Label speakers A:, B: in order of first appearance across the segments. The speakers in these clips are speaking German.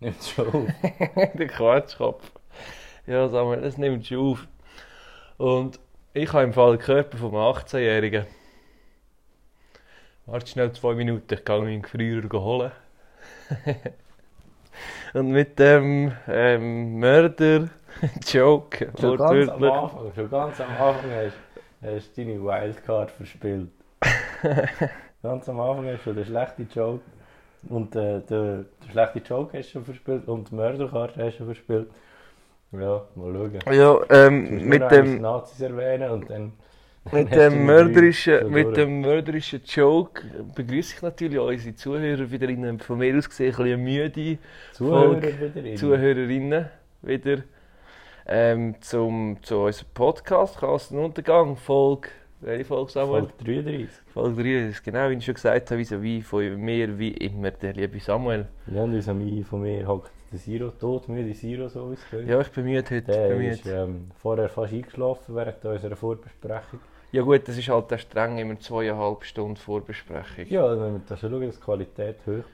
A: Nimmt schon auf.
B: der Quatschkopf. Ja, sag mal, das nimmt schon auf. Und ich habe im Fall den Körper vom 18-Jährigen. Warte schnell zwei Minuten, ich gehe meinen Gefrierer holen. Und mit dem ähm, Mörder-Joke
A: Schon ganz am
B: wortwörtlich-
A: Anfang, schon ganz am Anfang hast, hast du deine Wildcard verspielt. ganz am Anfang hast du den schlechten Joke und äh, den, den schlechten Joke hast du schon verspielt und die Mörderkarte hast du schon verspielt. Ja, mal schauen. Du
B: Ja,
A: musst
B: ähm,
A: nur
B: mit
A: einmal
B: dem,
A: Nazis erwähnen und dann...
B: mit
A: hast du die
B: dem mörderischen,
A: schon
B: mit
A: durch.
B: dem mörderischen Joke begrüße ich natürlich auch unsere Zuhörer wieder in von mir aus gesehen ein bisschen müde
A: Zuhörer
B: Volk-
A: wieder rein.
B: Zuhörerinnen wieder ähm, zum, zu unserem Podcast Kassenuntergang Folge welche Folge Samuel?
A: Folge 33.
B: Folge 3, das genau wie ich schon gesagt habe, wie wie von mir wie immer der liebe Samuel.
A: Ja, dus und unser Michi von mir hockt der Siro, todmüde Siro, so wie es geht.
B: Ja, ich bin müde heute.
A: Der
B: bin
A: ist
B: müde.
A: ähm, vorher fast eingeschlafen während unserer Vorbesprechung.
B: Ja gut, das ist halt der streng immer zweieinhalb Stunden Vorbesprechung.
A: Ja, wenn wir da schon schauen, dass die Qualität hoch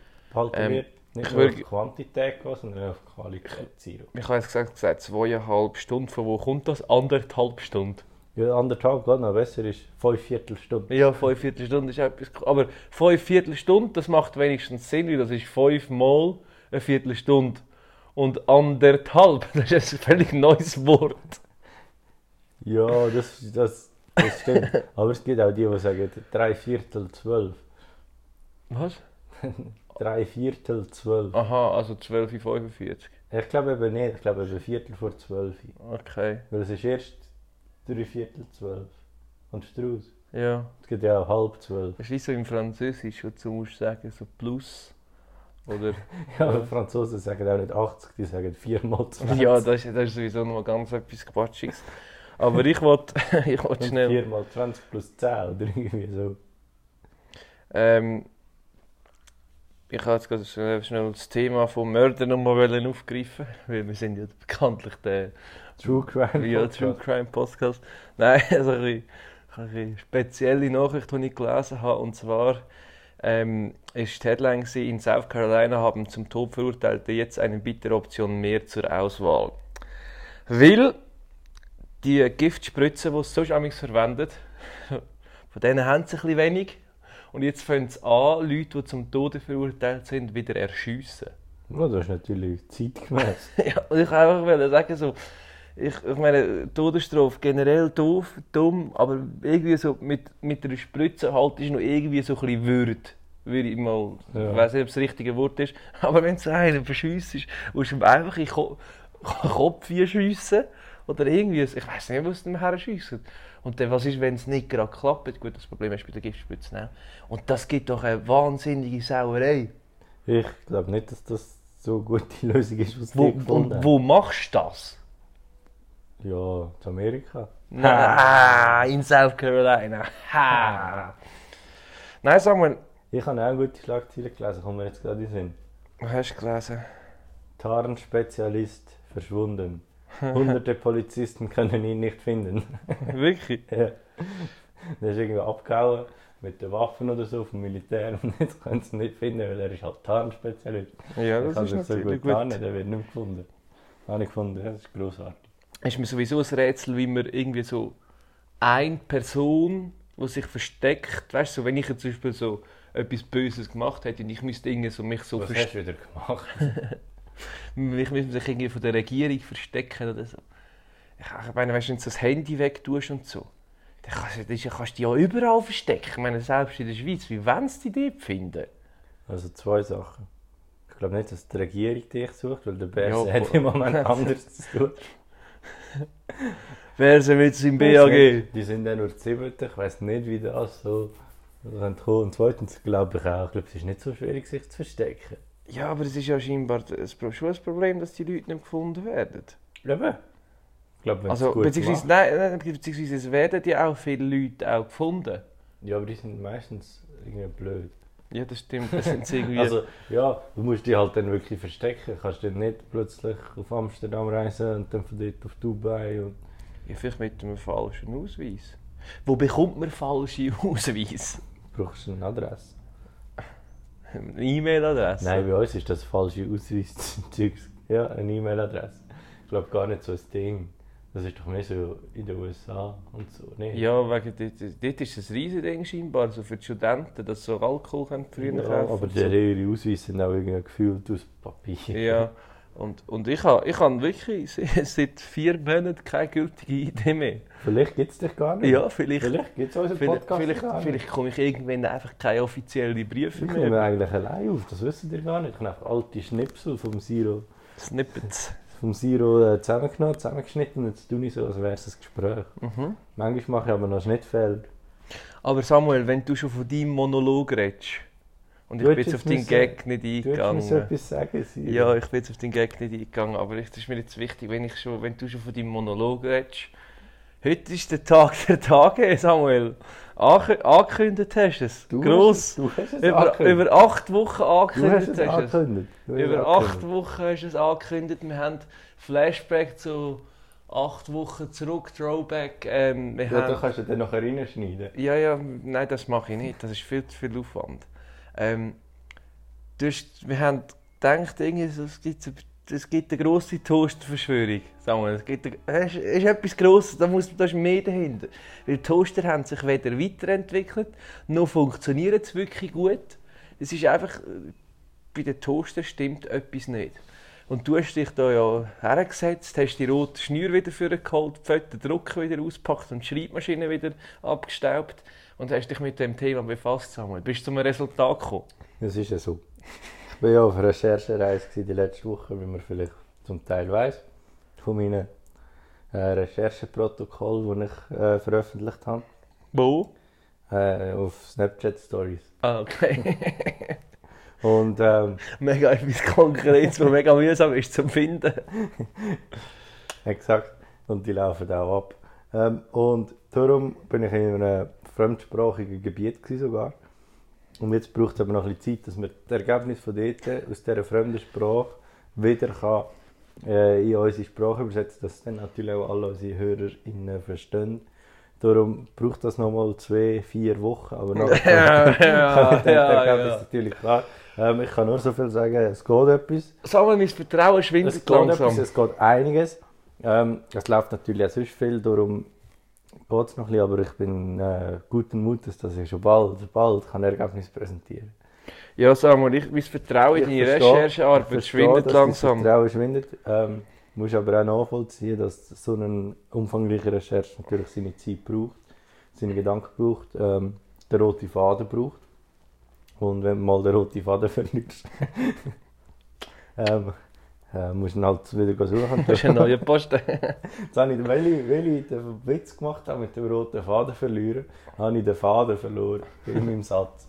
A: behalten
B: Ähm,
A: wird. Nicht
B: ich
A: nur auf
B: würd-
A: die Quantität gehen, sondern auf die Qualität Siro.
B: Ich habe jetzt gesagt, gesagt, zweieinhalb Stunden. Von wo kommt das? Anderthalb Stunden.
A: Ja, anderthalb geht noch besser, ist fünf Viertelstunde.
B: Ja, fünf Viertelstunden ist etwas. Aber fünf Viertelstunden, das macht wenigstens Sinn, weil das ist fünfmal eine Viertelstunde. Und anderthalb, das ist ein völlig neues Wort.
A: Ja, das, das, das stimmt. Aber es gibt auch die, die sagen, drei Viertel zwölf.
B: Was?
A: Drei Viertel zwölf.
B: Aha, also 12.45
A: Ich glaube eben nicht, ich glaube eben Viertel vor zwölf.
B: Okay.
A: Weil es ist erst drei Viertel zwölf. Und Strauß.
B: Ja.
A: Es gibt ja auch halb zwölf.
B: Das ist wie so im Französisch, wo du musst sagen, so plus. Oder.
A: Ja, aber die Franzosen sagen auch nicht 80, die sagen viermal 20.
B: ja, das ist, das ist sowieso noch mal ganz etwas Quatschiges. Aber ich wollte ich wollt
A: Und
B: schnell.
A: viermal 20 plus 10 oder irgendwie so.
B: Ähm, ich habe jetzt gerade schnell, schnell das Thema von Mörder nochmal aufgreifen, weil wir sind ja bekanntlich der
A: True Crime.
B: ja,
A: Podcast.
B: True Crime Podcast. Nein, also ein bisschen, eine bisschen spezielle Nachricht, die ich gelesen habe, und zwar ähm, ist die Headline gewesen, in South Carolina haben zum Tod Verurteilte jetzt eine Bitteroption mehr zur Auswahl. Weil die Giftspritzen, die sie sonst manchmal verwendet, von denen haben sie ein bisschen wenig. Und jetzt fangen sie an, Leute, die zum Tode verurteilt sind, wieder erschiessen.
A: Ja, das ist natürlich zeitgemäß.
B: Ja, und ich einfach wollte sagen, so, ich, ich meine, Todesstrafe generell doof, dumm, aber irgendwie so mit, mit einer Spritze halt ist noch irgendwie so ein bisschen Würde. Würde ich mal,
A: Ja.
B: ich weiß nicht, ob das richtige Wort ist, aber wenn du einen verschiessest, musst du ihm einfach in den Ko Kopf schiessen oder irgendwie, so- ich weiß nicht, was du ihm herschiessen. Und dann, was ist, wenn es nicht gerade klappt? Gut, das Problem ist bei der Giftspritze nicht. Und das gibt doch eine wahnsinnige Sauerei.
A: Ich glaube nicht, dass das so eine gute Lösung ist, was
B: Wo,
A: die gefunden
B: und wo machst du das?
A: haben. Ja, in Amerika.
B: Ah, in South Carolina. Ha. Nein, sag mal,
A: Ich habe auch gute Schlagzeilen gelesen, kommen wir jetzt gerade in den Sinn.
B: was hast du gelesen?
A: Tarnspezialist verschwunden. Hunderte Polizisten können ihn nicht finden.
B: Wirklich?
A: Ja. Der ist irgendwie abgehauen mit den Waffen oder so vom Militär und jetzt können sie ihn nicht finden, weil er ist halt Tarnspezialist.
B: Ja,
A: Er
B: das
A: kann
B: ist
A: sich so
B: natürlich
A: gut tarnen,
B: gut.
A: der wird nicht mehr gefunden. Habe ich gefunden, ja, das ist grossartig.
B: Ist mir sowieso ein Rätsel, wie man irgendwie so eine Person, die sich versteckt, weißt du, so, wenn ich jetzt zum Beispiel so etwas Böses gemacht hätte und ich müsste irgendwie so mich so
A: Was
B: verstecken,
A: hast du wieder gemacht?
B: ich müsste sich irgendwie von der Regierung verstecken oder so. Ich ich meine, weißt du, wenn du das Handy wegtust und so, dann kannst du, dann kannst du dich ja überall verstecken. Ich meine, selbst in der Schweiz, wie wollen sie dich dort finden?
A: Also zwei Sachen. Ich glaube nicht, dass die Regierung dich sucht, weil der Bär
B: Ja,
A: hat
B: bo-
A: im Moment anderes zu tun.
B: Wer ist denn mit seinem BAG?
A: Die sind dann nur ziemlich, ich weiß nicht, wie das so kommen könnte. Und zweitens glaube ich auch, ich glaube, es ist nicht so schwierig, sich zu verstecken.
B: Ja, aber es ist ja scheinbar das Pro- schon ein Problem, dass die Leute nicht gefunden werden.
A: Eben. Ich glaube, wenn
B: also,
A: es gut gemacht
B: beziehungsweise, nein, nein, beziehungsweise es werden ja auch viele Leute auch gefunden.
A: Ja, aber die sind meistens irgendwie blöd.
B: Ja, das stimmt. Das sind sie irgendwie.
A: Also, ja, du musst die halt dann wirklich verstecken. Kannst du nicht plötzlich auf Amsterdam reisen und dann von dort auf Dubai. Und
B: ja, vielleicht mit einem falschen Ausweis. Wo bekommt man falsche Ausweis?
A: brauchst du eine Adresse.
B: Eine E-Mail-Adresse?
A: Nein, bei uns ist das falsche Ausweiszeug. Ja, eine E-Mail-Adresse. Ich glaube gar nicht so ein Ding. Das ist doch mehr so in den USA und so. ne? Nee.
B: Ja, wegen dort, dort ist es ein Riesending scheinbar, so für die Studenten, dass sie so Alkohol können früher
A: ja,
B: kaufen
A: aber
B: und so.
A: der ihre Ausweise sind auch irgendwie gefühlt aus Papier.
B: Ja, und, und ich habe ich hab wirklich se- seit vier Monaten keine gültige ID mehr.
A: Vielleicht gibt es dich gar nicht.
B: Ja, vielleicht, vielleicht,
A: Vielleicht gibt es unseren
B: vielleicht,
A: Podcast
B: vielleicht,
A: gar nicht.
B: komme ich irgendwann einfach keine offiziellen Briefe
A: Ich nehme
B: mehr.
A: eigentlich allein auf, das wissen ihr gar nicht. Ich habe einfach alte Schnipsel vom Siro,
B: Snippets.
A: vom Siro äh, zusammengenommen, zusammengeschnitten und jetzt tue ich so, als wäre es ein Gespräch.
B: Mhm.
A: Manchmal mache ich aber noch Schnittfeld.
B: Aber Samuel, wenn du schon von deinem Monolog redest, und ich
A: Du
B: bin jetzt auf
A: hättest
B: deinen
A: müssen-
B: Gag nicht
A: Du hättest mir so
B: eingegangen.
A: etwas sagen Siro.
B: äh, Ja, ich bin jetzt auf deinen Gag nicht eingegangen, aber es ist mir jetzt wichtig, wenn, ich schon, wenn du schon von deinem Monolog redest. Heute ist der Tag der Tage, Samuel. Ange- Angekündigt hast du es.
A: du
B: Gross.
A: Hast, du hast es
B: Über,
A: angekündigt.
B: über acht Wochen
A: du hast
B: angekündigt
A: es
B: hast du es.
A: angekündigt. Du hast es angekündigt.
B: Über acht Wochen hast du es angekündigt. Wir haben Flashback zu acht Wochen zurück, Throwback. Ähm, wir
A: Ja,
B: haben-
A: da kannst du dann nachher reinschneiden.
B: Ja, ja, nein, das mache ich nicht. Das ist viel zu viel Aufwand. Ähm, du hast, wir haben gedacht, irgendwie, so, es, gibt, es gibt eine grosse Toastverschwörung. Samuel. Es gibt eine, es ist, es ist etwas Grosses, da, muss, da ist mehr dahinter. Weil die Toaster haben sich weder weiterentwickelt, noch funktionieren sie wirklich gut. Es ist einfach, äh, bei den Toaster stimmt etwas nicht. Und du hast dich da ja hergesetzt, hast die rote Schnür wieder vorgeholt, die fetten Drucker wieder ausgepackt und die Schreibmaschine wieder abgestaubt und hast dich mit dem Thema befasst, Samuel. Bist du zum Resultat gekommen?
A: Das ist ja so. Ich war ja auf einer Recherchereise gewesen die letzte Woche, wie man vielleicht zum Teil weiß, von meinen äh, Rechercheprotokollen, die ich äh, veröffentlicht habe,
B: Wo?
A: äh, auf Snapchat Stories.
B: Ah, okay.
A: Und ähm,
B: mega etwas Konkretes, was mega mühsam ist zu finden.
A: exakt, und die laufen auch ab. Ähm, und darum bin ich in einem fremdsprachigen Gebiet gewesen sogar. Und jetzt braucht es aber noch ein bisschen Zeit, dass man das Ergebnis von dort, äh, aus dieser fremden Sprache, wieder kann, äh, in unsere Sprache übersetzen dass dann natürlich auch alle unsere HörerInnen verstehen. Darum braucht das nochmal zwei, vier Wochen, aber nachher
B: ja,
A: das Ergebnis natürlich klar. Ähm, ich kann nur so viel sagen, es geht etwas.
B: Samuel, mein Vertrauen
A: Es geht,
B: schwindet
A: etwas,
B: langsam.
A: es geht einiges. Ähm, es läuft natürlich auch sonst viel, darum geht es noch ein bisschen, aber ich bin äh, guten Mutes, dass ich schon bald, bald kann Ergebnisse präsentieren
B: Ja, Samuel, ich, mein Vertrauen in
A: Ich
B: deine
A: verstehe-
B: Recherchearbeit
A: Ich verstehe,
B: schwindet
A: dass
B: langsam.
A: Das Vertrauen schwindet. Ähm, muss aber auch nachvollziehen, dass so eine umfangreiche Recherche natürlich seine Zeit braucht, seine Gedanken braucht, ähm, den roten Faden braucht. Und wenn du mal den roten Faden verlierst, ähm, äh, musst du ihn halt wieder suchen.
B: Das ist ein neuer Posten.
A: Jetzt habe ich, weil ich, weil ich den Witz gemacht habe mit dem roten Faden verlieren, habe ich den Faden verloren in meinem Satz.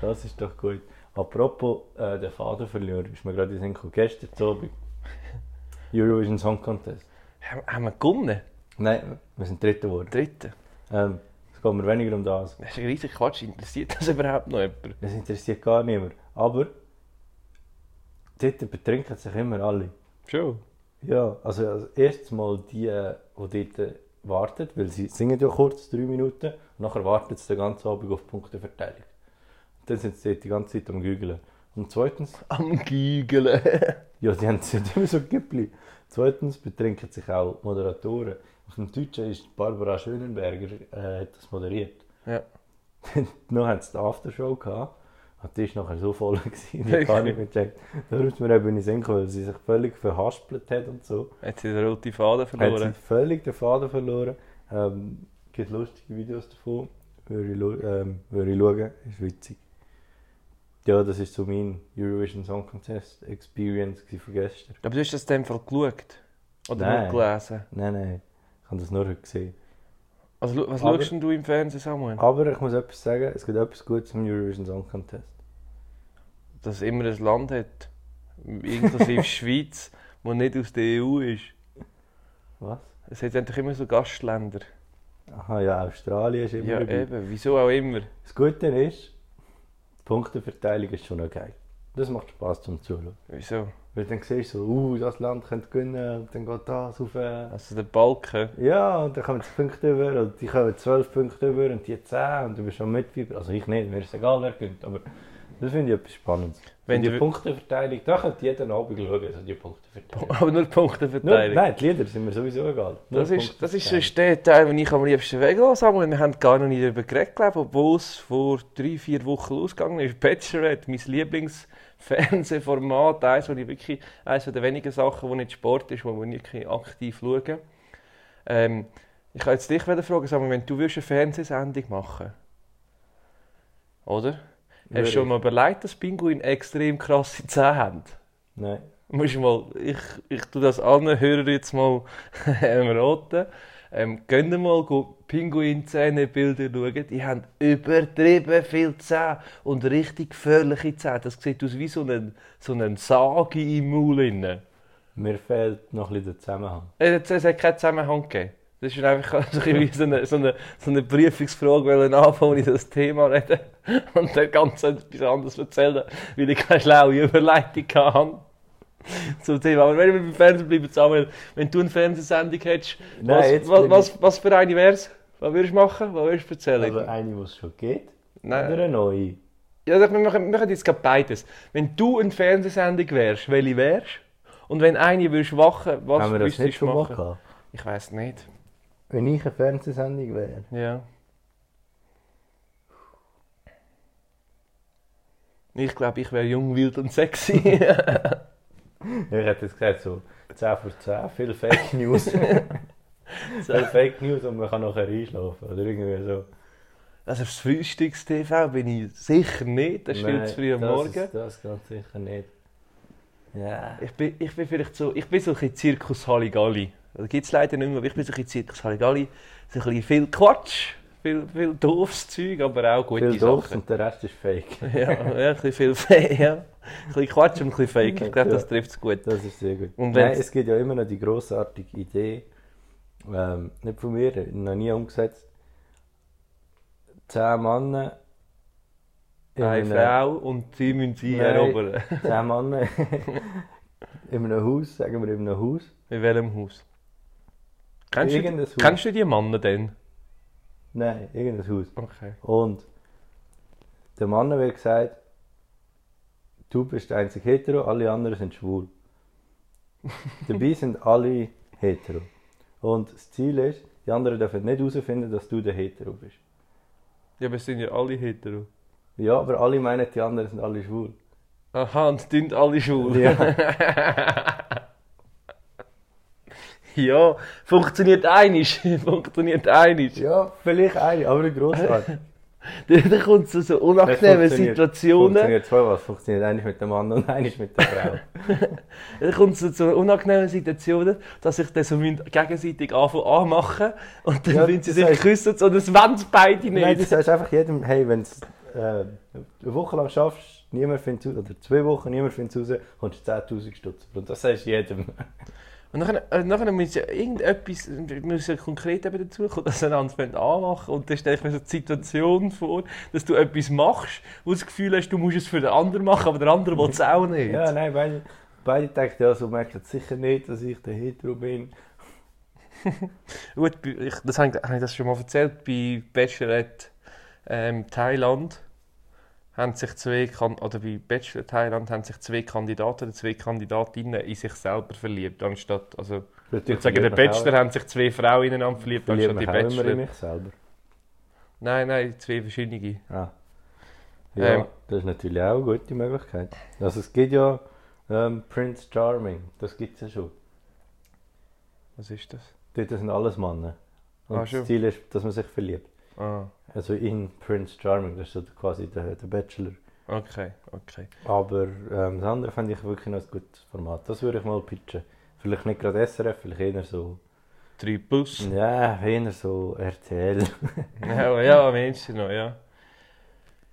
A: Das ist doch gut. Apropos äh, den Faden verlieren, ist mir gerade in den Sinn gekommen. gestern Abend Eurovision Song Contest.
B: haben, haben wir gewonnen?
A: Nein, wir sind Dritter geworden.
B: Dritte.
A: Ähm, es geht mir weniger um das.
B: Das ist ein riesiger Quatsch. Interessiert das überhaupt noch jemand?
A: Das interessiert gar niemand. Aber dort betrinken sich immer alle.
B: Schon.
A: Ja, also, also erstens mal die, äh, die dort warten, weil sie singen ja kurz, drei Minuten, und nachher warten sie den ganzen Abend auf die Punkteverteilung. Und dann sind sie dort die ganze Zeit am Gügeln. Und zweitens,
B: Am Geigeln.
A: ja, die haben sie immer so Gipfel. Zweitens betrinken sich auch Moderatoren. Auf dem Deutschen ist Barbara Schönenberger äh, hat das moderiert.
B: Ja.
A: Noch hat es die Aftershow gehabt. Und die war nachher so voll, gewesen, die gar nicht mehr gecheckt. Darum ist mir eben in den Sinn gekommen, weil sie sich völlig verhaspelt hat und so.
B: Hat sie den roten Faden
A: Hat
B: verloren?
A: sie völlig den Faden verloren. Ähm, gibt lustige Videos davon. Würde ich, lo- ähm, würde ich schauen, ist witzig. Ja, das ist so mein Eurovision Song Contest Experience gewesen von gestern.
B: Aber du hast das in dem Fall geschaut? Oder
A: Nein.
B: nur gelesen?
A: Nein, nein, ich habe das nur heute gesehen.
B: Also, lu- was
A: Aber-
B: schaust denn du im Fernsehen, Samuel?
A: Aber ich muss etwas sagen, es gibt etwas Gutes zum Eurovision Song Contest.
B: Dass immer ein Land hat, inklusive Schweiz, wo nicht aus der EU ist.
A: Was?
B: Es hat doch immer so Gastländer.
A: Aha, ja, Australien ist immer
B: Ja,
A: dabei.
B: eben. Wieso auch immer.
A: Das Gute ist, die Punkteverteilung ist schon okay. Das macht Spaß zum Zuschauen.
B: Wieso?
A: Weil dann siehst du so, uh, das Land könnte gewinnen, und dann geht das auf. äh,
B: Also der Balken.
A: Ja, und dann kommen die Punkte über und die kommen 12 Punkte über und die 10 und du bist schon mit. Also ich nicht, mir ist egal, wer gewinnt, aber Das finde ich etwas Spannendes.
B: Wenn
A: die
B: du-
A: Punkteverteilung, da könnte jeder Abend schauen, also die Punkteverteilung.
B: Aber nur die
A: Nur,
B: Punkteverteilung.
A: nein, die Lieder sind mir sowieso egal. Nur
B: Das ist, das ist
A: Punkteverteilung.
B: sonst der Teil, den ich am liebsten weglasse. Aber wir haben gar noch nicht darüber geredet, glaube ich, obwohl es vor drei, vier Wochen losgegangen ist. Bachelorette, mein Lieblingsfernsehformat, eines, wo ich wirklich, eines der wenigen Sachen, wo nicht Sport ist, wo ich wirklich aktiv schaue. Ähm, ich kann jetzt dich wieder fragen, Samuel, wenn du würdest eine Fernsehsendung machen oder? Hast
A: Würde
B: du schon
A: ich.
B: mal überlegt, dass Pinguin extrem krasse Zähne haben?
A: Nein.
B: Musst du mal, ich, ich tue das allen Hörern jetzt mal ähm, raten. Ähm, könnt ihr mal go- Pinguin-Zähnebilder schauen? Die haben übertrieben viel Zähne und richtig gefährliche Zähne. Das sieht aus wie so ein, so ein Sage im Maul. innen.
A: Mir fehlt noch ein bisschen der Zusammenhang.
B: Äh, Es es hat keinen Zusammenhang gegeben. Das ist einfach so, ein bisschen wie so, eine, so, eine, so eine Prüfungsfrage, weil anfangen, ich das Thema reden und dann ganz etwas anderes erzählen, weil ich keine schlaue Überleitung hatte zum Thema. Aber wenn wir beim Fernsehen bleiben, Samuel, wenn du eine Fernsehsendung hättest,
A: Nein, jetzt
B: was, was,
A: bin
B: was, was für eine wäre es? Was würdest du machen? Was würdest du erzählen?
A: Also eine, die es schon geht,
B: Nein.
A: oder eine neue.
B: Ja, doch, wir machen, wir machen jetzt gerade beides. Wenn du eine Fernsehsendung wärst, welche wärst Und wenn eine würdest wachen, was
A: Haben wir das
B: würdest
A: nicht
B: du
A: schon mal
B: machen?
A: gehabt?
B: Ich weiß nicht.
A: Wenn ich eine Fernsehsendung wäre,
B: Ja. Ich glaube, ich wäre jung, wild und sexy.
A: ich hätte jetzt gesagt, so 10 vor 10, viel Fake News. viel Fake News und man kann nachher einschlafen. Oder irgendwie so.
B: also fürs Frühstückstv bin ich sicher nicht. Das ist viel
A: Nein,
B: zu früh am
A: das
B: Morgen.
A: Ist das ganz sicher nicht. Ja.
B: Ich bin, ich bin vielleicht so, ich bin so ein bisschen Zirkus Halligalli. Das gibt es leider nicht mehr, aber ich bin so ein bisschen Zirkus Halligalli. So ein bisschen viel Quatsch, viel, viel doofes Zeug, aber auch gute
A: Viel doof
B: Sachen.
A: und der Rest ist fake.
B: Ja, ja, ein bisschen viel Fake, ja. Ein bisschen Quatsch und ein bisschen Fake. Ich glaube, das trifft es gut.
A: Das ist sehr gut.
B: Und
A: Nein,
B: wenn's-
A: es gibt ja immer noch die grossartige Idee, ähm, nicht von mir, noch nie umgesetzt. Zehn Männer in
B: Eine
A: einem,
B: Frau und sie müssen sie
A: Nein.
B: erobern.
A: zehn Männer in einem Haus, sagen wir in einem Haus.
B: In welchem Haus? Kennst du,
A: Irgendein
B: die,
A: Haus.
B: kennst du die Männer denn?
A: Nein, irgendein Haus.
B: Okay.
A: Und der Mann wird gesagt, du bist einzig hetero, alle anderen sind schwul. Dabei sind alle hetero. Und das Ziel ist, die anderen dürfen nicht herausfinden, dass du der hetero bist.
B: Ja, aber es sind ja alle hetero.
A: Ja, aber alle meinen, die anderen sind alle schwul.
B: Aha, und die sind alle schwul.
A: Ja,
B: Ja, funktioniert einisch. funktioniert einisch.
A: ja vielleicht eine, aber grossartig.
B: Dann kommt es so unangenehme Situationen.
A: Funktioniert zweimal. Es funktioniert eines mit dem Mann und eines mit der Frau.
B: Dann kommt es zu unangenehmen Situationen, dass sich dann so müssen gegenseitig anfangen anmachen und dann
A: Ja,
B: wollen sie
A: das
B: sich
A: heisst-
B: küssen und es wollen sie beide
A: Nein, du
B: nicht.
A: sagst einfach jedem, hey, wenn du äh, eine Woche lang schaffst, niemand findet es raus, oder zwei Wochen, niemand findet es raus, kommst du 10'000 Stutz. Und das sagst du jedem.
B: Und nachher, äh, nachher muss ja irgendetwas muss ja konkret eben dazu kommen, dass einander wollen anmachen Und dann stelle ich mir so die Situation vor, dass du etwas machst, wo du das Gefühl hast, du musst es für den anderen machen, aber der andere will es auch nicht.
A: Ja, nein, beide, beide denken, ja, so merken sie sicher nicht, dass ich der Hetero bin.
B: Gut, bei- ich, das habe ich, habe ich das schon mal erzählt, bei Bachelorette ähm, Thailand haben sich zwei, kan oder bei Bachelor Thailand haben sich zwei Kandidaten oder zwei Kandidatinnen in sich selber verliebt, anstatt, also ich würde sagen, der Bachelor haben sich zwei Frauen ineinander verliebt,
A: verliert
B: anstatt die
A: mich auch immer in
B: Bachelor.
A: mich selber.
B: Nein, nein, zwei verschiedene.
A: Ah. Ja,
B: Ähm.
A: das ist natürlich auch eine gute Möglichkeit. Also es gibt ja ähm, Prince Charming, das gibt es ja schon.
B: Was ist das?
A: Dort sind alles Männer. Und
B: Ah, schon.
A: das Ziel ist, dass man sich verliebt.
B: Ah,
A: Also in Prince Charming, das ist so quasi der, der Bachelor.
B: okay, okay.
A: Aber ähm, das andere fand ich wirklich noch ein gutes Format. Das würde ich mal pitchen. Vielleicht nicht gerade SRF, vielleicht eher so.
B: 3 plus.
A: Ja, eher so RTL.
B: Ja, ja, Menschen noch, ja.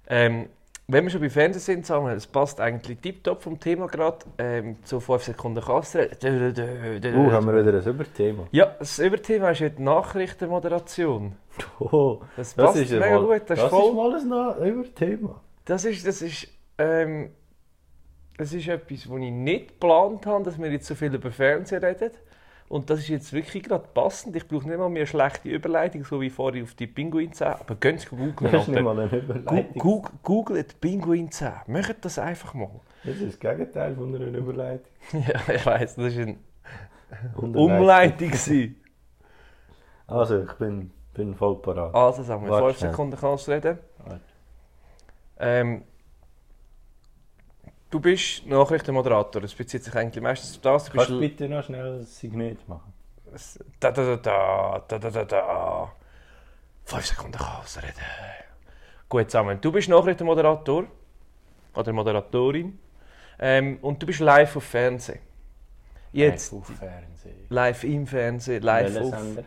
B: Ähm, wenn wir schon bei Fernsehen sind, Samuel, es passt eigentlich tiptop vom Thema gerade. Ähm, zu 5 Sekunden Kassel. Dö, dö, dö, dö.
A: Uh, haben wir wieder ein Überthema.
B: Ja, das Überthema ist heute Nachrichtenmoderation.
A: Oh,
B: Das passt
A: das ist ja
B: mega
A: mal,
B: gut, das,
A: das
B: ist voll.
A: mal ein Na- Überthema.
B: Das ist, das ist, ähm, das ist etwas, was ich nicht geplant habe, dass wir jetzt so viel über Fernsehen reden. Und das ist jetzt wirklich gerade passend. Ich brauche nicht mal mehr schlechte Überleitung, so wie vorhin auf die Pinguinzähne. Aber gehen Sie
A: Das
B: googeln.
A: ist nicht
B: Alter.
A: mal eine
B: Gu-
A: Überleitung.
B: gu- Googelt Pinguinzähne. Macht das einfach mal.
A: Das ist das Gegenteil von einer Überleitung.
B: ja, ich weiß, das war eine
A: Und eine
B: Umleitung. gewesen.
A: Also, ich bin, bin voll parat.
B: Also, sagen wir,
A: Warte
B: 5
A: schnell.
B: Sekunden kannst du reden.
A: Warte.
B: Ähm, du bist Nachrichtenmoderator. Das bezieht sich eigentlich meistens auf das. Du bist
A: Kannst du bitte noch schnell ein Signet machen?
B: Da, da, da, da, da, da, da, da. Fünf Sekunden Chaos reden. Gut zusammen. Du bist Nachrichtenmoderator oder Moderatorin ähm, und du bist live auf Fernsehen. Jetzt
A: Live auf Fernsehen.
B: live im Fernsehen, live
A: Welcher
B: auf
A: Sender?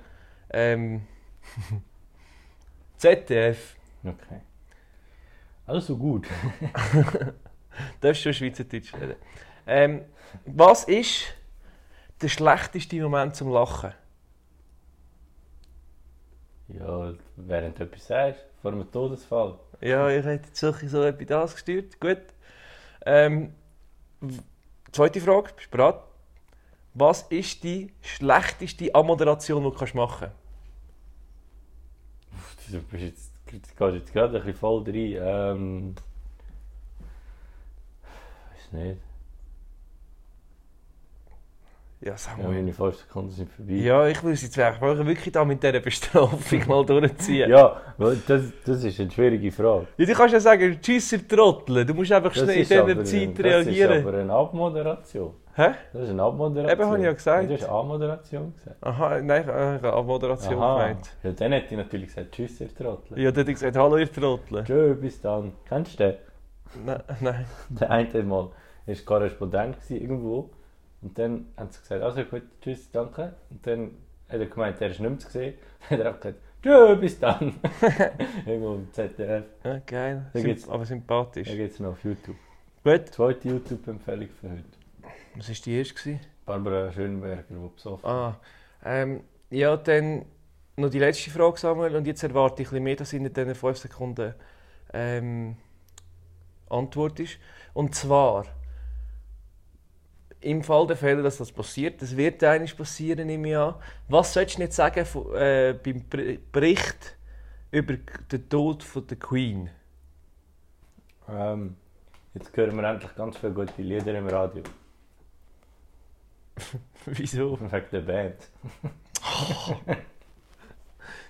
B: ähm, ZDF.
A: Okay. Alles so gut.
B: Darfst du Schweizerdeutsch reden? Ähm, was ist der schlechteste Moment zum Lachen?
A: Ja, während du etwas sagst, vor einem Todesfall.
B: Ja, ich hätte jetzt solche so etwas das gesteuert. Gut. Ähm, w- zweite Frage, bist du bereit? Was ist die schlechteste Ammoderation, die du kannst machen
A: Du bist jetzt, jetzt gehst jetzt gerade ein bisschen voll rein. Ähm. Weiß nicht.
B: Ja, sag
A: Ja,
B: mal.
A: meine 5 Sekunden sind vorbei.
B: Ja, ich will es jetzt wirklich, wollen wir wirklich da mit dieser Bestrafung mal durchziehen.
A: Ja, weil das, das ist eine schwierige Frage.
B: Ja, du kannst ja sagen, tschüss, ihr Trottel. Du musst einfach
A: Das
B: schnell in
A: ist aber-
B: dieser Zeit
A: Das ist
B: reagieren.
A: aber eine Abmoderation.
B: Hä?
A: Das ist eine Abmoderation.
B: Eben, habe ich ja gesagt.
A: Du hast Abmoderation gesagt.
B: Aha, eh, nein, ich habe eine Ammoderation gemeint.
A: Ja, dann hätte ich natürlich gesagt, tschüss, ihr Trottel.
B: Ja, dann hätte ich gesagt, hallo, ihr Trottel.
A: Tschö, bis dann. Kennst du den?
B: Nein, nein.
A: Der eine Mal war Korrespondent gewesen irgendwo. Und dann haben sie gesagt, also gut, tschüss, danke. Und dann hat er gemeint, er ist nicht mehr zu sehen. Dann hat er auch gesagt, tschö, bis dann. irgendwo im ZDF.
B: Ja, geil.
A: Da
B: Symp-
A: geht's-
B: aber
A: Da
B: sympathisch.
A: geht es noch auf YouTube.
B: Gut.
A: Zweite YouTube-Empfehlung für heute.
B: Was war die erste? Gewesen?
A: Barbara Schönberger, die besoffen
B: Ah, ähm, ja, dann noch die letzte Frage, Samuel. Und jetzt erwarte ich ein bisschen mehr, dass in diesen 5 Sekunden ähm, Antwort ist. Und zwar, im Fall der Fälle, dass das passiert, das wird eigentlich passieren im Jahr. Was sollst du nicht sagen von, äh, beim Br- Bericht über den Tod von der Queen?
A: Ähm, jetzt hören wir endlich ganz viele gute Lieder im Radio.
B: Wieso?
A: Wegen der Band.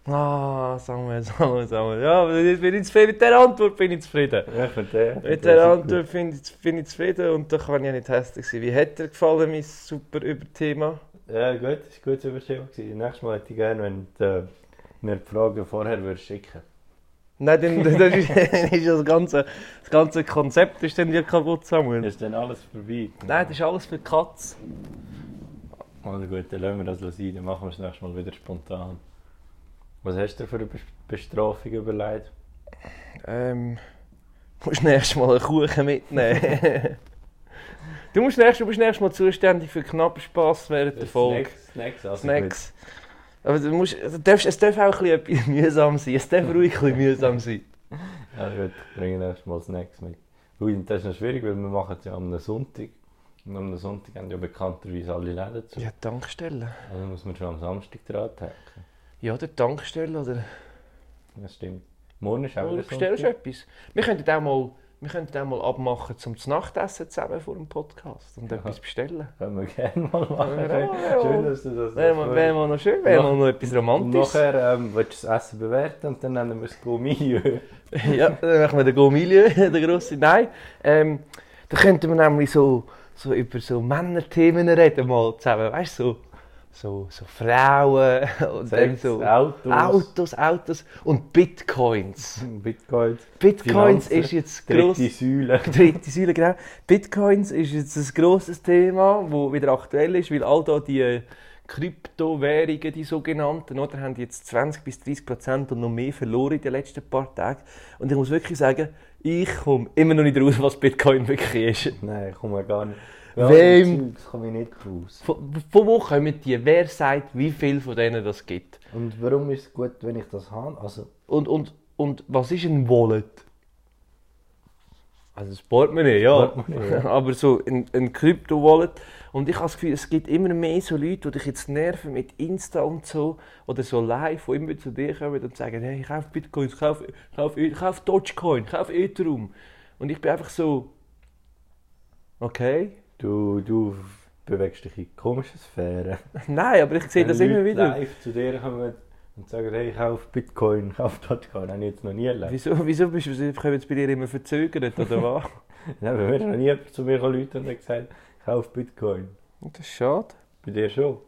B: Ah, Samuel, Samuel, Samuel. Ja, aber jetzt bin ich zufrieden. Mit dieser Antwort bin ich zufrieden.
A: Ja, ich finde den-
B: Mit
A: den
B: der
A: super.
B: Antwort bin ich, bin ich zufrieden und da kann ich ja nicht hässlich sein. Wie hat dir gefallen, mein super Überthema?
A: Ja, gut, das war ein gutes Überthema. gewesen. Nächstes Mal hätte ich gerne, wenn du äh, mir die Fragen vorher würdest schicken
B: Nein, dann, dann ist, dann ist das, ganze, das ganze Konzept ist dann ja kaputt, Samuel.
A: Ist dann alles vorbei?
B: Nein, das ist alles für die Katz.
A: Also gut, dann lassen wir das sein, dann machen wir es nächstes Mal wieder spontan. Was hast du dir für eine Bes- Bestrafung überlegt?
B: Ähm, du musst nächstes Mal einen Kuchen mitnehmen. du, musst nächstes, du bist nächstes Mal zuständig für knappen Spass während der Folge.
A: Snacks, Snacks, also gut.
B: Snacks. Aber du musst, du darfst, es darf auch ein bisschen etwas mühsam sein. Es darf ruhig ein bisschen mühsam sein.
A: Ja gut, ich bringe nächstes Mal Snacks mit. Ui, und das ist noch schwierig, weil wir machen es ja am Sonntag. Und am Sonntag haben ja bekannterweise alle Läden zu.
B: Ja, Tankstelle.
A: Also muss man schon am Samstag dran denken.
B: Ja, der Tankstelle oder...
A: Das stimmt. Morgen ist auch
B: Oder
A: wieder
B: bestellst du
A: Sonntag.
B: Äh, etwas? Wir könnten auch mal, wir könnten auch mal abmachen, zum zu Nachtessen zusammen vor dem Podcast und
A: Ja.
B: etwas bestellen.
A: Können wir gerne mal machen.
B: Ja, ja.
A: Schön, dass du das
B: Wäre mal, wär mal noch schön, wäre mal noch etwas
A: Und
B: Romantisches.
A: nachher ähm, willst du das Essen bewerten und dann nennen wir es Gourmet.
B: ja, dann machen wir den Gomilie, den grossen. Nein, ähm, da könnten wir nämlich so, so über so Männerthemen reden mal zusammen, weißt du, so, so, so Frauen und dann
A: Sex,
B: so
A: Autos,
B: Autos, Autos und Bitcoins.
A: Bitcoins,
B: Bitcoins
A: Finanzen,
B: ist jetzt gross.
A: dritte Säule.
B: Dritte Säule, genau. Bitcoins ist jetzt ein grosses Thema, das wieder aktuell ist, weil all da die äh, Kryptowährungen, die sogenannten, oder, haben jetzt 20 bis 30 Prozent und noch mehr verloren in den letzten paar Tagen. Und ich muss wirklich sagen, ich komme immer noch nicht raus, was Bitcoin wirklich ist.
A: Nein, ich komme gar nicht.
B: Wem-
A: Das komme ich nicht raus.
B: Von, von wo kommen die? Wer sagt, wie viel von denen das gibt?
A: Und warum ist es gut, wenn ich das habe? Also,
B: Und, und, und was ist ein Wallet? Also das Portemonnaie, ja.
A: Portemonnaie, ja.
B: Aber so ein, ein Krypto-Wallet. Und ich habe das Gefühl, es gibt immer mehr so Leute, die dich jetzt nerven mit Insta und so. Oder so live, die immer zu dir kommen und sagen, hey, kauf Bitcoins, kauf, kauf, Eth- kauf Dogecoin, kauf Ethereum. Und ich bin einfach so, okay.
A: Du, du bewegst dich in komischen Sphären.
B: Nein, aber ich sehe das
A: Wenn
B: immer
A: Leute
B: wieder.
A: live zu dir kommen und sagen, hey, kauf Bitcoin, kauf Dogecoin, habe ich jetzt noch nie erlebt.
B: Wieso, wieso bist du, kommen jetzt bei dir immer verzögert oder was?
A: Nein, bei mir ist noch nie jemand zu mir gekommen und hat gesagt, kauf Bitcoin.
B: das ist schade.
A: Bei dir schon.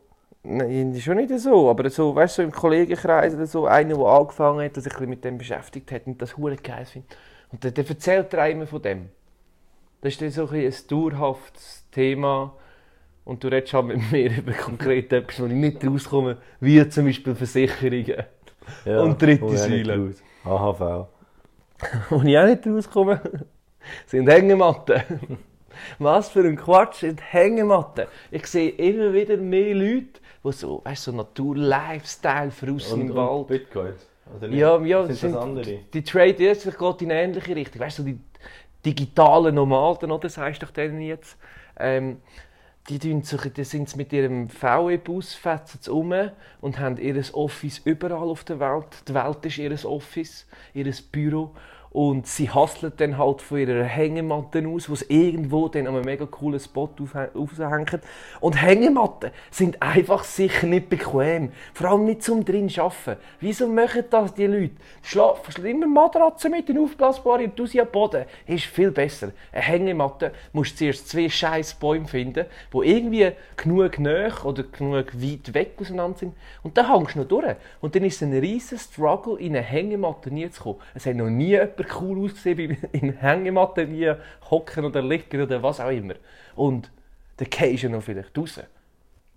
B: Nein, ist schon nicht so, aber so, weißt du, so im Kollegenkreis oder so, einer, der angefangen hat, der sich ein bisschen mit dem beschäftigt hat und das hure geil findet. Und der, der erzählt dir auch immer von dem. Das ist dann so ein, bisschen ein dauerhaftes Thema und du redest halt mit mir über konkret etwas, wo ich nicht rauskomme, wie zum Beispiel Versicherungen,
A: Ja,
B: Und dritte
A: komm ich auch nicht
B: Säule.
A: raus. AHV.
B: wo ich auch nicht rauskomme, sind Hängematten. Was für ein Quatsch sind Hängematten. Ich sehe immer wieder mehr Leute, die so, weißt du, so Natur-Lifestyle für aussen im Wald.
A: Bitcoins. Oder nicht?
B: Ja, ja,
A: sind das
B: sind-
A: andere?
B: Die Trade jetzt geht in eine ähnliche Richtung. Weißt du, die digitalen Nomaden, oder? Das heisst doch denen jetzt. Ähm, die, tun sich, die sind mit ihrem VW-Bus, fetzen sie um und haben ihr Office überall auf der Welt. Die Welt ist ihr Office, ihr Büro. Und sie hasseln dann halt von ihrer Hängematte aus, wo sie irgendwo dann an einem mega coolen Spot aufh- aufhängen. Und Hängematten sind einfach sicher nicht bequem. Vor allem nicht zum drin zu arbeiten. Wieso machen das die Leute? Schlafen immer Matratzen mit, eine aufblasbare und du sie am Boden. Ist viel besser. Eine Hängematte musst du zuerst zwei scheiß Bäume finden, die irgendwie genug näher oder genug weit weg auseinander sind. Und dann hängst du noch durch. Und dann ist es ein riesen Struggle, in eine Hängematte nie zu kommen. Es hat noch nie jemand cool ausgesehen, wie in Hängematte wie hocken oder liegen oder was auch immer. Und dann gehst du ja noch vielleicht raus.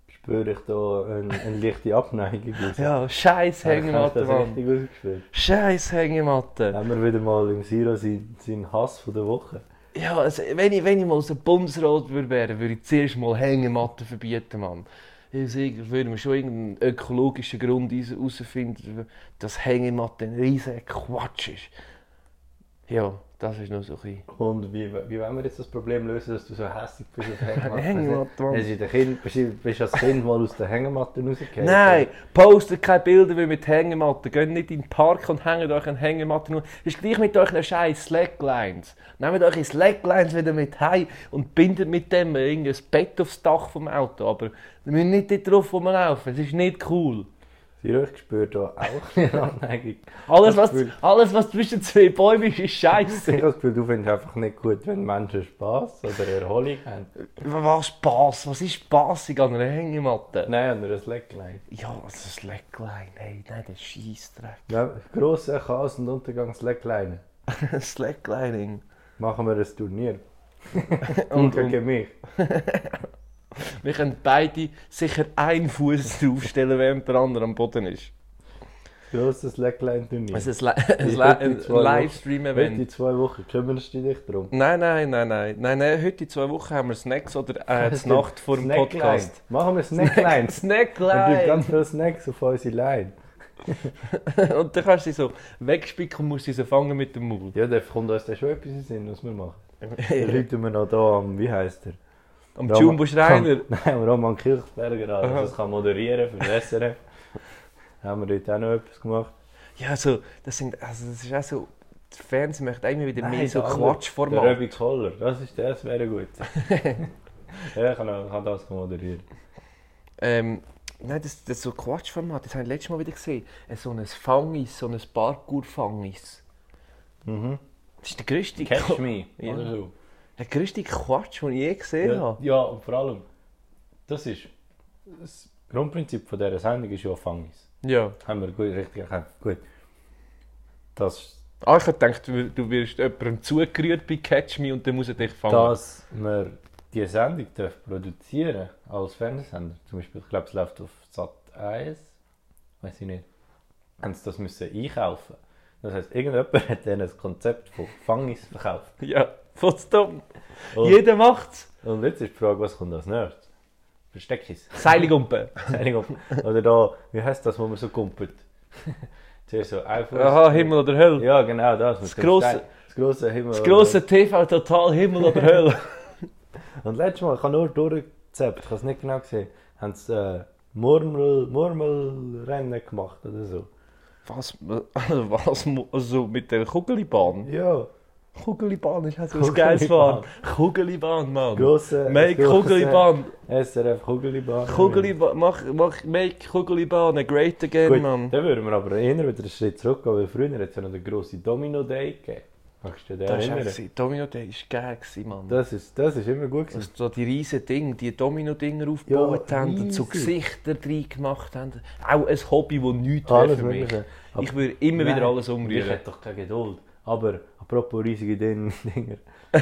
A: Spüre ich da ein- eine leichte Abneigung raus?
B: Ja, halt scheiß
A: Habe ich
B: Hängematte,
A: das
B: Mann.
A: richtig rausgespürt?
B: Scheiß Hängematte.
A: Haben wir wieder mal im Siro seinen, seinen Hass von der Woche.
B: Ja, also, wenn, ich, wenn ich mal so Bumsrot würde wären, würde ich zuerst mal Hängematten verbieten, Mann. Ich würde mir schon irgendeinen ökologischen Grund herausfinden, dass Hängematte ein riesiger Quatsch ist. Ja, das ist noch so ein bisschen...
A: Und wie, wie wollen wir jetzt das Problem lösen, dass du so hässlich bist auf
B: Hängematte, Mann.
A: Hast du in der kind, bist, du- bist du als Kind mal aus der Hängematte rausgekommen?
B: Nein, postet keine Bilder wie mit Hängematten. Geht nicht in den Park und hängt euch an Hängematten. Das ist gleich mit euren scheiß Slacklines. Nehmt eure Slacklines wieder mit heim und bindet mit dem irgendein Bett aufs Dach vom Auto. Aber wir müssen nicht dort drauf rumlaufen. Es ist nicht cool.
A: Siro, ich spüre da auch eine Abneigung. Das
B: Alles, was,
A: Gefühl-
B: alles, was zwischen zwei Bäumen ist, ist
A: Ich habe
B: scheiße.
A: das Gefühl, du findest einfach nicht gut, wenn Menschen Spass oder Erholung haben.
B: was Spaß? Was ist spaßig an einer Hängematte?
A: Nein, an einer Slackline.
B: Ja, das ist ein Slackline. Hey, nein, das ist Scheissdreck.
A: Ja, Grosser Chaos und Untergang Slackline.
B: Slacklining.
A: Machen wir ein Turnier.
B: Und- und-
A: gegen mich.
B: Wir können beide sicher einen Fuß draufstellen, während der andere am Boden ist.
A: Grosses Slackline-Turnier.
B: Es ist li- ein
A: Ich
B: Li-
A: hätte
B: ein
A: zwei Heute in
B: Livestream-Event.
A: zwei Wochen kümmerst du dich darum.
B: Nein, nein, nein, nein, nein, nein. Heute in zwei Wochen haben wir Snacks oder äh, die Nacht vor dem
A: Snackline.
B: Podcast.
A: Machen wir Snackline. Und gibt
B: Snackline!
A: ganz viele Snacks auf unsere Line.
B: Und dann kannst du sie so wegspicken und musst sie so fangen mit dem Maul.
A: Ja, da kommt uns dann schon etwas in den Sinn, was wir machen. Dann Leuten wir noch da am, wie heisst er?
B: Am
A: Roman-
B: Jumbo Schreiner.
A: Nein, am Roman Kirchberger an.
B: Aha.
A: Das kann moderieren, verbessern. haben wir heute auch noch etwas gemacht.
B: Ja, so, das sind, also das ist auch so, der Fernseher möchte auch immer wieder
A: Nein,
B: mehr so
A: der andere, Der
B: Quatschformat.
A: Röbi Koller, das, ist, das wäre gut. ja, ich kann, auch- kann das moderieren.
B: Ähm, nein, das, das so Quatschformat, das habe ich letztes Mal wieder gesehen. Äh, So ein Fangis, so ein Parkour-Fangis.
A: Mhm.
B: Das ist der grösste,
A: Catch
B: Qu-
A: me.
B: Ja.
A: Oder so.
B: der grösste Quatsch, den ich je gesehen
A: Ja,
B: habe.
A: ja, und vor allem, das ist das Grundprinzip von dieser Sendung ist ja Fangis.
B: Ja.
A: Haben wir gut, richtig erkannt. Gut. Das,
B: Ah, ich habe gedacht, du, du wirst jemandem zugerührt bei Catch Me und dann muss er dich fangen.
A: dass wir diese Sendung dürfen produzieren als Fernsehsender, zum Beispiel, ich glaube, es läuft auf Sat 1, weiß ich nicht, haben sie das müssen einkaufen. Das heisst, irgendjemand hat ihnen ein Konzept von Fangis verkauft.
B: Ja, voll dumm.
A: Und,
B: Jeder macht's.
A: und jetzt ist die Frage, was kommt als nächstes? Versteckis.
B: Seiligumpen.
A: Entschuldigung. Oder da, wie heißt das, wo man so kumpelt? Zuerst so einfach.
B: Aha, Himmel oder Hölle.
A: Oh, Ja, genau das. mit
B: Das
A: dem
B: grosse-
A: Stein.
B: das
A: Das grosse Himmel.
B: Das grosse TV total Himmel oder Hölle.
A: Und letztes Mal, ich habe nur durchgezappt, ich habe es nicht genau gesehen, haben sie äh, Murmel, Murmelrennen gemacht oder so.
B: Was? Also, was? mu- Also mit der Kugelibahn?
A: Ja,
B: Kugelibahn ist halt so
A: Kugelbahn.
B: geiles Fahren. Kugelibahn, Mann.
A: grosse.
B: Make Kugelibahn.
A: SRF Kugelibahn.
B: Kugelibahn. Mach, mach, make Kugelibahn a great again,
A: Gut,
B: Mann.
A: dann würden wir aber eher wieder einen Schritt zurückgehen, weil früher hat es ja noch den grossen Domino-Day gegeben. Kannst du dich
B: Das war
A: erinnern?
B: auch gewesen. Domino Day war geil, gewesen, Mann.
A: Das ist, das ist immer gut. Gewesen.
B: Also so die riesen Dinge, die Domino-Dinger aufgebaut
A: Ja,
B: haben und so
A: riesig.
B: Gesichter drin gemacht haben. Auch ein Hobby, das nichts wäre
A: Alles
B: für mich.
A: Mögliche.
B: Ich würde immer
A: Nein,
B: wieder alles
A: Ich
B: umrühren.
A: hätte doch keine Geduld. Aber apropos riesige Din- Dinger.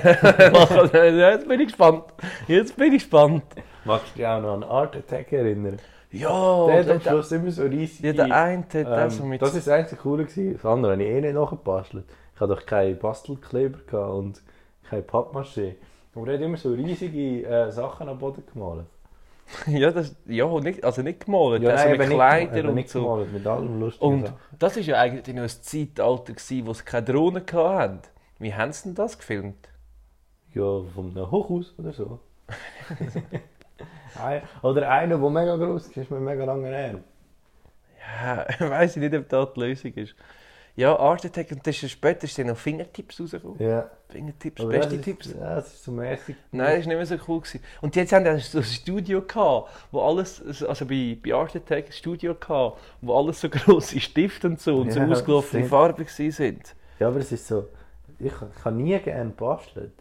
B: Jetzt bin ich gespannt. Jetzt bin ich gespannt.
A: Magst du dich auch noch an Art Attack erinnern?
B: Ja,
A: der hat
B: der,
A: am
B: der,
A: Schluss immer so riesige...
B: Oh, ja, der eine hat auch so
A: Ähm,
B: mit...
A: das ist das einzige Coole. Gewesen. Das andere habe ich eh nicht nachgebastelt. Ich hatte doch keinen Bastelkleber gehabt und keine Pappmaschine. Aber er hat immer so riesige äh, Sachen am Boden gemalt.
B: ja, das, ja nicht, also nicht gemalt, also mit
A: eben nicht-
B: Kleidern
A: eben
B: und
A: nicht
B: so.
A: Gemalt, mit allem lustigen
B: Und
A: Sachen.
B: das war ja eigentlich noch ein Zeitalter, gewesen, wo es keine Drohnen hatten. Wie haben sie denn das gefilmt?
A: Ja, vom Hochhaus oder so. Ein- oder einer, der mega groß ist, mit mega langen Armen.
B: Ja, weiss ich nicht, ob das die Lösung ist. Ja, Art Attack und das ist ja später ist dann noch Fingertips rausgekommen.
A: Ja.
B: Fingertips,
A: Aber
B: beste
A: das ist,
B: Tipps.
A: Ja, das ist so mäßig.
B: Nein, das war nicht mehr so cool. Gewesen. Und jetzt haben die so ein Studio gehabt, wo alles, also bei, bei Art Attack ein Studio gehabt, wo alles so grosse Stifte und so und so
A: Ja,
B: ausgelaufene
A: stimmt.
B: Farben gewesen sind.
A: Ja, aber es ist so. Ich, ich habe nie gerne gebastelt.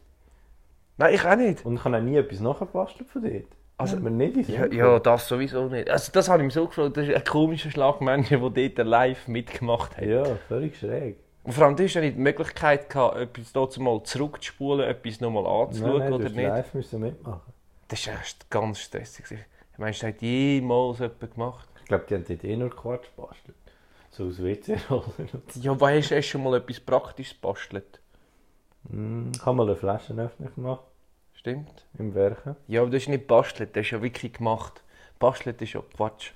B: Nein, ich auch nicht.
A: Und ich habe auch nie etwas nachgebastelt von dort.
B: Also-
A: Also, mir nicht in den Sinn
B: Ja, ja, das sowieso nicht. Also das habe ich mir so gefragt, das ist ein komischer Schlag Menschen, der dort live mitgemacht hat.
A: Ja, völlig schräg.
B: Und vor allem, du hast ja nicht die Möglichkeit gehabt, etwas dazu mal zurückzuspulen, etwas nochmal anzuschauen
A: nein, nein,
B: oder
A: du
B: nicht.
A: live müssen mitmachen.
B: Das war echt ganz stressig. gewesen. Meinst du, das hat jemals jemand gemacht?
A: Ich glaube, die haben dort eh nur Quatsch gebastelt. So aus WC-Rollen.
B: Ja, weißt du, hast du schon mal etwas Praktisches bastelt?
A: Mm, ich habe mal eine Flaschenöffner gemacht
B: Stimmt?
A: im Werken.
B: Ja, aber das ist nicht bastelt, das ist ja wirklich gemacht. Bastelt ist ja Quatsch.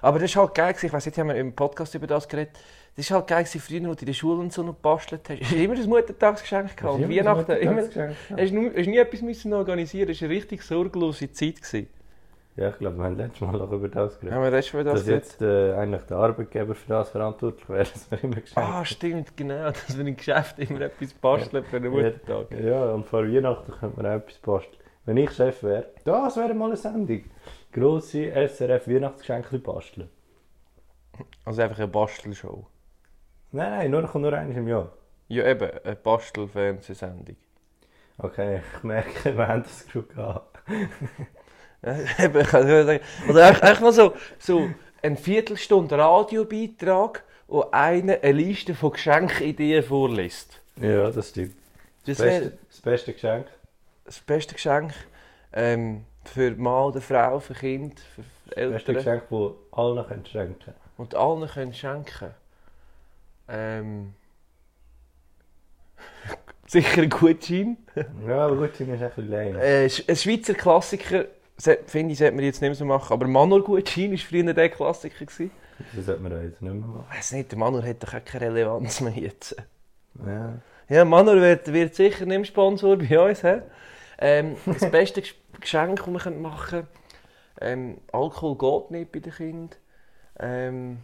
B: Aber das ist halt geil, gewesen. ich weiss nicht, haben wir im Podcast über das geredet. Das war halt geil, gewesen, früher, wo du in der Schule und so noch bastelt hast. Hast du immer ein Muttertagsgeschenk gehabt und um Weihnachten. Immer, hast
A: immer.
B: du nie, hast nie etwas müssen organisieren das war eine richtig sorglose Zeit. Gewesen.
A: Ja, ich glaube, wir haben letztes Mal auch über das geredet.
B: Haben wir letztes Mal das
A: Dass
B: geredet?
A: jetzt äh, eigentlich der Arbeitgeber für das verantwortlich wäre, dass wir immer geschenkt
B: Ah, stimmt, genau. Dass wir im Geschäft immer etwas basteln für einen Muttertag.
A: Ja, und vor Weihnachten könnte man auch etwas basteln. Wenn ich Chef wäre, das wäre mal eine Sendung. Grosse SRF-Weihnachtsgeschenke basteln.
B: Also einfach eine Bastelshow.
A: Nein, nein, nur, kommt nur eines im Jahr.
B: Ja, eben, eine Bastelfernsehsendung.
A: Okay, ich merke, wir haben das genug gehabt.
B: Äh, eben, ich kann nur sagen. Oder einfach, einfach mal so, so eine Viertelstunde Radiobeitrag, wo einer eine Liste von Geschenkideen vorliest.
A: Ja, das stimmt.
B: Das
A: Das
B: wäre
A: beste, das beste Geschenk.
B: das eh, beste Geschenk ähm, für Mann oder Frau, für Kind, für
A: Das beste
B: Eltern.
A: Geschenk, das alle können schenken können.
B: Und allen können schenken. Ähm. Sicher ein Gutschein.
A: Ja, aber gut, sind wir ein bisschen lame.
B: Äh, Sch- ein Schweizer Klassiker, se- finde ich, sollte man jetzt nicht mehr so machen. Aber Manor-Gutschein war früher der Klassiker. Gewesen.
A: Das sollte man jetzt nicht mehr machen.
B: Ich weiss nicht, der Manor hat doch auch keine Relevanz mehr jetzt.
A: Ja.
B: Ja, Manor wird, wird sicher nicht mehr Sponsor bei uns. He? Ähm, das beste Gesch- Geschenk, das wir können machen können, ähm, Alkohol geht nicht bei den Kindern. Ähm,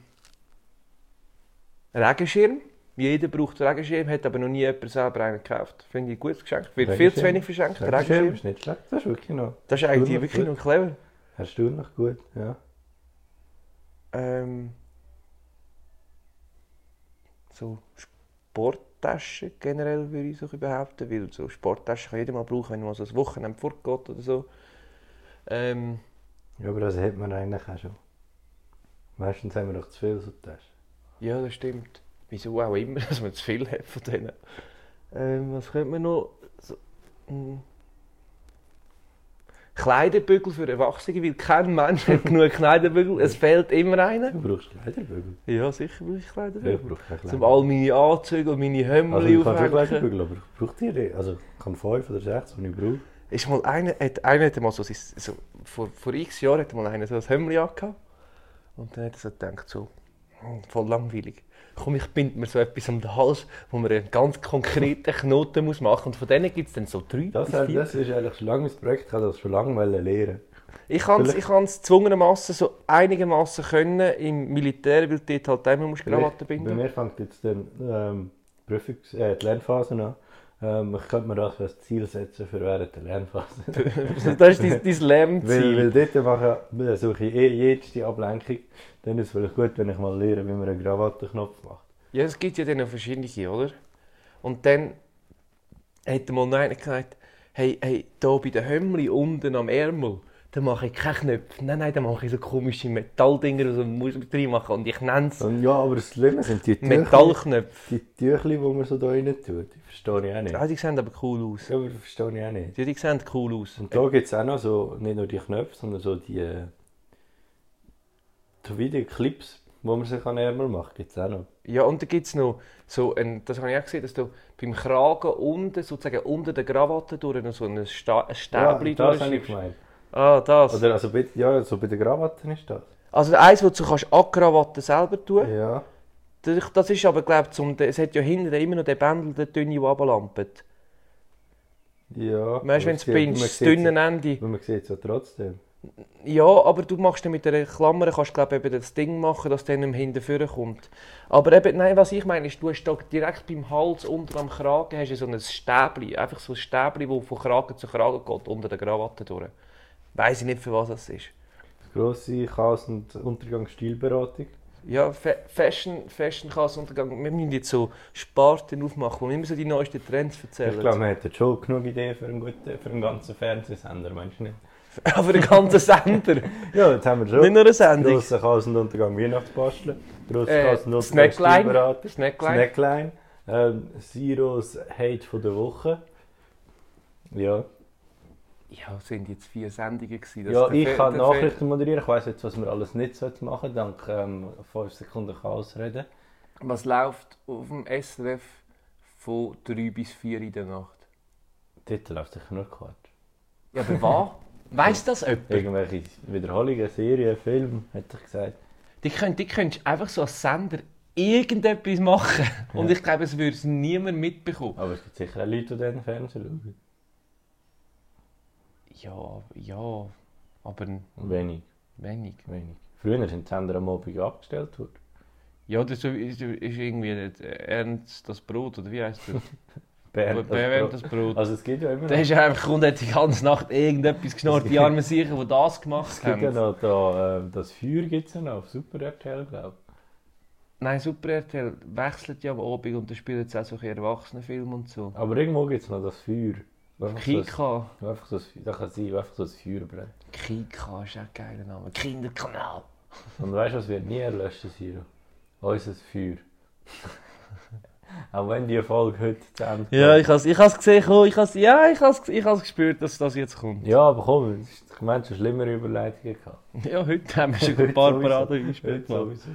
B: Regenschirm. Jeder braucht einen Regenschirm, hat aber noch nie jemand selber einen gekauft. Finde ich ein gutes Geschenk. Wird viel zu
A: Regenschirm.
B: wenig verschenkt.
A: Das Regenschirm
B: Regenschirm.
A: ist nicht schlecht. Das ist wirklich noch
B: Das ist eigentlich
A: Stimmt,
B: wirklich
A: gut.
B: noch clever.
A: erstaunlich gut. Ja.
B: ähm, so Sporttaschen generell würde ich so behaupten, weil so Sporttaschen kann jeder mal brauchen, wenn man so ein Wochenende fortgeht oder so. Ähm,
A: ja, aber das hat man eigentlich auch schon. Meistens haben wir doch zu viel so Taschen.
B: ja, das stimmt. Wieso auch immer, dass man zu viel hat von denen. Ähm, was könnte man noch? So, mm. Kleiderbügel für Erwachsene, weil kein Mensch hat genug Kleiderbügel. Es fehlt immer einer.
A: Du brauchst Kleiderbügel.
B: Ja, sicher brauche ich
A: Ja, ich
B: Kleiderbügel.
A: brauche keine
B: Zum all meine Anzüge und meine
A: Also
B: Hemmel
A: ich kann schon Kleiderbügel, aber ich brauche die nicht. Also ich kann fünf oder sechs, die ich brauche.
B: Ist mal einer, hat, einer hat mal so, sein, so vor, vor x Jahren hat mal einer so ein Hemd angehabt. Und dann hat er so gedacht, so, hm, voll langweilig. komm, ich binde mir so etwas um den Hals, wo man einen ganz konkreten Knoten muss machen muss. Und von denen gibt es dann so drei
A: Das,
B: bis
A: das
B: vier.
A: ist eigentlich schon lange mein Projekt, ich habe das schon lange wollen lernen.
B: Ich kann es
A: Vielleicht-
B: ich kann's zwungenermassen so einigermaßen können im Militär, weil du dort halt immer musst Krawatte
A: Vielleicht-
B: binden
A: Bei mir fängt jetzt dann, ähm, die, Prüfungs-, äh, die Lernphase an. Ähm, ich könnte mir das als Ziel setzen für während der Lernphase.
B: Das ist dein, dein
A: weil,
B: Lernziel.
A: weil dort mache ich, suche ich eh jetzt die Ablenkung. Dann ist es vielleicht gut, wenn ich mal lerne, wie man einen Krawattenknopf macht.
B: Ja, es gibt ja dann noch verschiedene, oder? Und dann hat mal noch einer gesagt, hey, hey, da bei den Hömmli unten am Ärmel, da mache ich keine Knöpfe. Nein, nein, da mache ich so komische Metalldinger, die man muss drin machen. Und ich nenne es
A: Und ja, aber das Schlimme sind die Tüchli,
B: Metallknöpfe.
A: die, Tüchli, die man so da rein tut. Die verstehe ich auch nicht.
B: Ja, die sehen aber cool aus.
A: Ja, aber die verstehe ich auch nicht.
B: Die, die sehen cool aus.
A: Und da gibt es auch noch so, nicht nur die Knöpfe, sondern so die, äh, so wie die Clips, wo man sich an den Ärmel macht, gibt es auch noch.
B: Ja, und da gibt es noch so ein, das habe ich auch gesehen, dass du beim Kragen unten, sozusagen unter der Krawatte durch noch so ein, Sta ein Stäbli
A: ja, das habe ich
B: durchschiebst.
A: gemeint.
B: Ah, das.
A: Oder also bei, ja, so bei den Krawatten ist das.
B: Also eins, das du kannst an die Krawatte selber tun
A: Ja.
B: Das, das ist aber, glaube ich, es hat ja hinten immer noch den Bändel, den dünnen, der runterlampert.
A: Ja.
B: Weißt du,
A: Aber
B: wenn du es
A: sieht-
B: bindest,
A: man
B: das
A: sieht es-
B: dünne Ende.
A: Aber man sieht es ja trotzdem.
B: Ja, aber du machst dann mit der Klammer, kannst glaube eben das Ding machen, dass dann nicht hinten vorne kommt. Aber eben, nein, was ich meine ist, du hast da direkt beim Hals unter am Kragen hast du so ein Stäbli, einfach so ein Stäbli, das von Kragen zu Kragen geht, unter der Krawatte durch. Weiss ich nicht, für was das ist.
A: Das grosse Chaos- und Untergangsstilberatung.
B: Ja, Fa Fashion, Fashion kann Untergang. Wir müssen jetzt so Sparten aufmachen, wo wir immer so die neuesten Trends erzählen.
A: Ich glaube, man hat schon genug Ideen für einen, guten, für einen ganzen Fernsehsender, meinst du nicht?
B: Aber den ganzen Sender,
A: Ja, jetzt haben wir
B: nicht
A: schon.
B: nur eine Sendung.
A: Grosser Chaos- und Untergang Weihnachtsbasteln. Grosser
B: Äh,
A: Chaos- und Untergang
B: Snackline.
A: Stilberatung.
B: Snackline.
A: Snackline. Ähm, Siros Hate von der Woche. Ja.
B: Ja, es sind jetzt vier Sendungen gewesen.
A: ja,
B: der
A: ich
B: Fe-
A: kann
B: der Fe-
A: Nachrichten moderieren. Ich weiss jetzt, was wir alles nicht sollten machen Dank ähm, 5 Sekunden Chaos reden.
B: Was läuft auf dem SRF von 3 bis 4 in der Nacht?
A: Dort läuft sicher nur Quatsch.
B: Ja, aber was? Weiss das jemand?
A: Irgendwelche Wiederholungen, Serien, Filme, hätte ich gesagt.
B: Die könnt, die könntest einfach so als Sender irgendetwas machen. Und ich glaube, es würde es niemand mitbekommen.
A: Aber es gibt sicher auch Leute, die den Fernseher schauen.
B: Ja, ja, aber
A: Wenig,
B: wenig.
A: wenig. Früher sind die Sender am Abend abgestellt worden.
B: Ja, das ist, ist, ist irgendwie nicht Ernst das Brot, oder wie heißt das?
A: Bern,
B: Wer-
A: das
B: Wer wärmt
A: Pro-
B: das Brot?
A: Also es gibt ja immer
B: Da
A: noch,
B: ist er einfach kommt, hat die ganze Nacht irgendetwas geschnurrt, die armen Sicher, die das
A: es
B: gemacht
A: gibt ja
B: haben.
A: noch da, ähm, das Feuer gibt es ja noch auf Super RTL, glaube ich.
B: Nein, Super RTL wechselt ja am Abend und da spielen jetzt auch so ein bisschen Erwachsenenfilme und so.
A: Aber irgendwo gibt es noch das Feuer. Einfach so ein-
B: Kika.
A: Einfach so ein Feuer, da kann sein, wo einfach so ein Feuer brennt.
B: Kika ist auch ein geiler Name. Kinderkanal.
A: Und weißt du, was wird nie erlöschen, Siro? Unser Feuer. Auch wenn die Folge heute zu Ende
B: Ja,
A: geht.
B: ich has, ich has gesehen, oh, ich has, ja, ich has, ich has gespürt, dass das jetzt kommt.
A: Ja, aber komm, es ist- ich meine, schon schlimmere Überleitungen gehabt.
B: Ja, heute haben wir schon
A: Heute
B: ein paar
A: sowieso.
B: Paraden
A: Heute
B: gespielt. Mann.
A: sowieso.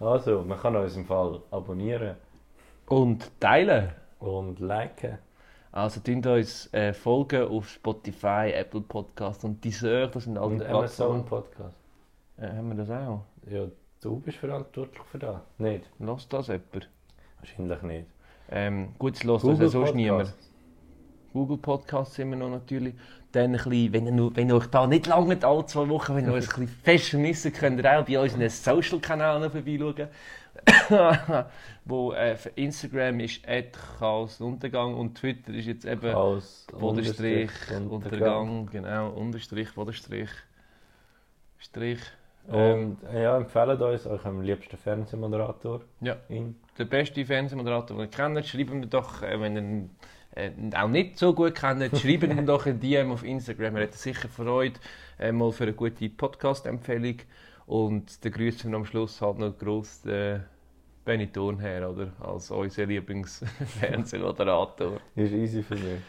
A: Also, man kann unseren Fall abonnieren
B: Und teilen.
A: und liken.
B: Also, tun uns äh, folgen auf Spotify, Apple Podcast und Deezer, das sind alle
A: Und
B: die
A: Amazon
B: Plattformen.
A: Podcast.
B: Äh, haben wir das auch?
A: Ja, du bist verantwortlich für das. Nicht?
B: Lass das jemand?
A: Wahrscheinlich nicht.
B: Ähm, gut, das lässt uns ja sonst niemand.
A: Podcast.
B: Google Podcasts sind wir noch natürlich. Dann ein bisschen, wenn ihr, nur- wenn ihr euch da nicht langt, alle zwei Wochen, wenn ihr uns ein bisschen fest vermissen, könnt ihr auch bei unseren Social-Kanälen vorbeischauen. wo äh, für Instagram ist Chaosuntergang und Twitter ist jetzt eben
A: Chaos,
B: Bodenstrich,
A: Unterstrich,
B: Untergang, genau, Unterstrich, Bodenstrich, Strich. Ähm,
A: Und ja, empfehlen uns eurem liebsten Fernsehmoderator.
B: Ja.
A: In.
B: der beste Fernsehmoderator, den ihr kennt, schreibt mir doch, äh, wenn ihr ihn äh, auch nicht so gut kennt, schreibt ihm doch ein DM auf Instagram. Er hat sicher Freude, äh, mal für eine gute Podcast-Empfehlung. Und dann grüßen wir am Schluss halt noch gross äh, Benny Thurnherr, oder? Als unser Lieblingsfernsehmoderator.
A: Ist easy für mich.